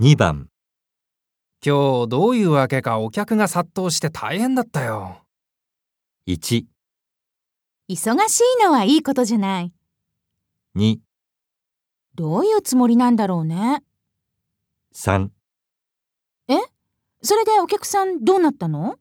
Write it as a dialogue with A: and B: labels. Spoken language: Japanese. A: 2番
B: 今日どういうわけかお客が殺到して大変だったよ。
A: 1、
C: 忙しいのはいいことじゃない。
A: 2、
C: どういうつもりなんだろうね。
A: 3
C: それでお客さんどうなったの